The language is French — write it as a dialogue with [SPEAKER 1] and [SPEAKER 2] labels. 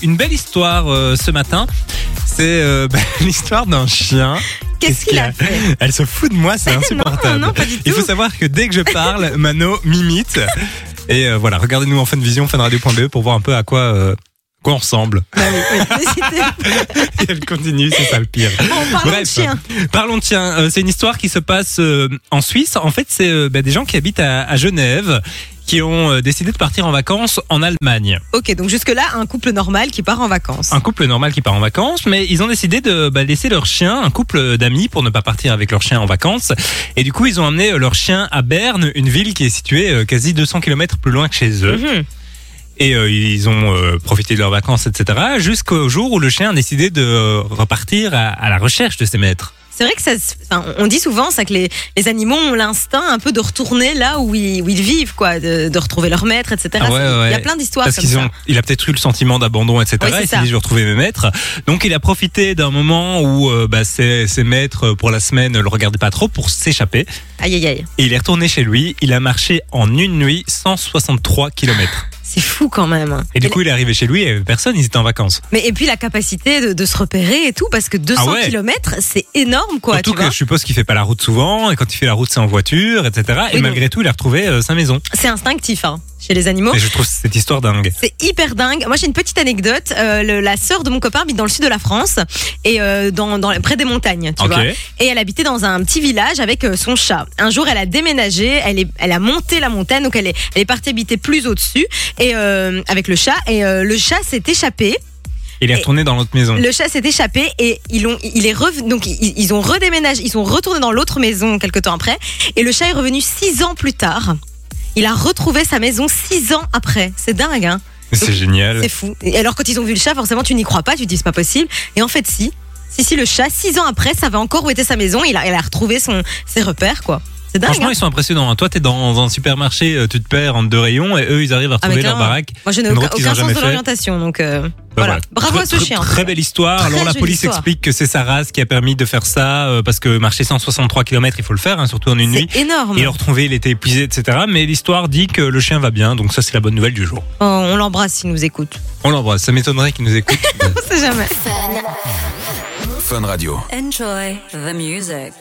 [SPEAKER 1] Une belle histoire euh, ce matin. C'est euh, bah, l'histoire d'un chien.
[SPEAKER 2] Qu'est-ce qu'il a fait
[SPEAKER 1] Elle se fout de moi, c'est insupportable.
[SPEAKER 2] Non, non, pas du
[SPEAKER 1] Il faut
[SPEAKER 2] tout.
[SPEAKER 1] savoir que dès que je parle, Mano m'imite. Et euh, voilà, regardez-nous en fin de vision, funradio.be pour voir un peu à quoi, euh, quoi on ressemble.
[SPEAKER 2] Bah oui, oui. Mais c'était-
[SPEAKER 1] Et elle continue, c'est ça le pire.
[SPEAKER 2] On parle de
[SPEAKER 1] Bref.
[SPEAKER 2] chien.
[SPEAKER 1] Parlons de chien. Euh, c'est une histoire qui se passe euh, en Suisse. En fait, c'est euh, bah, des gens qui habitent à, à Genève qui ont euh, décidé de partir en vacances en Allemagne.
[SPEAKER 2] Ok, donc jusque-là, un couple normal qui part en vacances.
[SPEAKER 1] un couple normal qui part en vacances, mais ils ont décidé de bah, laisser leur chien, un couple d'amis, pour ne pas partir avec leur chien en vacances. Et du coup, ils ont amené euh, leur chien à Berne, une ville qui est située euh, quasi 200 km plus loin que chez eux.
[SPEAKER 2] Mhm.
[SPEAKER 1] Et euh, ils ont euh, profité de leurs vacances, etc. Jusqu'au jour où le chien a décidé de euh, repartir à, à la recherche de ses maîtres.
[SPEAKER 2] C'est vrai que ça, se- enfin, on dit souvent ça que les, les animaux ont l'instinct un peu de retourner là où ils, où ils vivent, quoi, de, de retrouver leur maître, etc.
[SPEAKER 1] Ah ouais,
[SPEAKER 2] Il y a
[SPEAKER 1] ouais.
[SPEAKER 2] plein d'histoires
[SPEAKER 1] Parce
[SPEAKER 2] comme
[SPEAKER 1] qu'ils
[SPEAKER 2] ça.
[SPEAKER 1] ont, il a peut-être eu le sentiment d'abandon, etc.
[SPEAKER 2] Oui, c'est
[SPEAKER 1] il s'est
[SPEAKER 2] ça.
[SPEAKER 1] dit, je vais retrouver mes maîtres. Donc, il a profité d'un moment où euh, bah, ses, ses maîtres, pour la semaine, ne le regardaient pas trop pour s'échapper.
[SPEAKER 2] Aïe aïe aïe,
[SPEAKER 1] Et il est retourné chez lui. Il a marché en une nuit 163 km.
[SPEAKER 2] c'est fou quand même.
[SPEAKER 1] Et du coup, il est arrivé chez lui et personne, ils étaient en vacances.
[SPEAKER 2] Mais et puis la capacité de, de se repérer et tout, parce que 200
[SPEAKER 1] Ah ouais.
[SPEAKER 2] km, c'est énorme, quoi.
[SPEAKER 1] Surtout
[SPEAKER 2] tu
[SPEAKER 1] que
[SPEAKER 2] vois.
[SPEAKER 1] je suppose qu'il fait pas la route souvent. Et quand il fait la route, c'est en voiture, etc.
[SPEAKER 2] Oui,
[SPEAKER 1] et
[SPEAKER 2] non.
[SPEAKER 1] malgré tout, il a retrouvé euh, sa maison.
[SPEAKER 2] C'est instinctif hein, chez les animaux.
[SPEAKER 1] Et je trouve cette histoire dingue.
[SPEAKER 2] C'est hyper dingue. Moi, j'ai une petite anecdote. Euh, le- la sœur de mon copain habite dans le sud de la France et euh, dans, dans- près des montagnes, tu
[SPEAKER 1] Ok.
[SPEAKER 2] vois. Et elle habitait dans un petit village avec euh, son chat. Un jour, elle a déménagé, elle, est, elle a monté la montagne, donc elle est, elle est partie habiter plus au-dessus et euh, avec le chat. Et euh, le chat s'est échappé.
[SPEAKER 1] Il est retourné dans l'autre maison.
[SPEAKER 2] Le chat s'est échappé et ils ont, il est revenu. Donc ils, ils ont redéménagé, ils sont retournés dans l'autre maison quelque temps après. Et le chat est revenu six ans plus tard. Il a retrouvé sa maison six ans après. C'est dingue, hein.
[SPEAKER 1] C'est génial.
[SPEAKER 2] C'est fou. Et alors quand ils ont vu le chat, forcément tu n'y crois pas, tu te dis c'est pas possible. Et en fait si, si si le chat, six ans après, savait encore où était sa maison, il a, il a retrouvé son, ses repères quoi. C'est dingue.
[SPEAKER 1] Franchement,
[SPEAKER 2] hein.
[SPEAKER 1] ils sont impressionnants. hein. Toi, t'es dans un supermarché, euh, tu te perds entre deux rayons et eux, ils arrivent à
[SPEAKER 2] Ah, mais
[SPEAKER 1] retrouver leur
[SPEAKER 2] clairement.
[SPEAKER 1] baraque.
[SPEAKER 2] Moi je n'ai
[SPEAKER 1] une
[SPEAKER 2] aucun,
[SPEAKER 1] route qu'ils ont
[SPEAKER 2] aucun sens
[SPEAKER 1] jamais
[SPEAKER 2] de
[SPEAKER 1] faite.
[SPEAKER 2] l'orientation donc euh,
[SPEAKER 1] Ben
[SPEAKER 2] voilà. Bravo
[SPEAKER 1] Très-
[SPEAKER 2] à ce
[SPEAKER 1] très-
[SPEAKER 2] chien. en tout
[SPEAKER 1] Très
[SPEAKER 2] cas.
[SPEAKER 1] belle histoire.
[SPEAKER 2] Très
[SPEAKER 1] Alors la
[SPEAKER 2] jolie
[SPEAKER 1] police
[SPEAKER 2] histoire.
[SPEAKER 1] explique que c'est sa race qui a permis de faire ça euh, parce que marcher 163 km, il faut le faire, hein, surtout en une nuit.
[SPEAKER 2] C'est énorme.
[SPEAKER 1] Et le retrouver, il était épuisé, etc. Mais l'histoire dit que le chien va bien, donc ça c'est la bonne nouvelle du jour.
[SPEAKER 2] Oh, on l'embrasse s'il nous écoute.
[SPEAKER 1] On l'embrasse, ça m'étonnerait qu'il nous écoute.
[SPEAKER 2] On sait jamais.
[SPEAKER 3] Enjoy the music.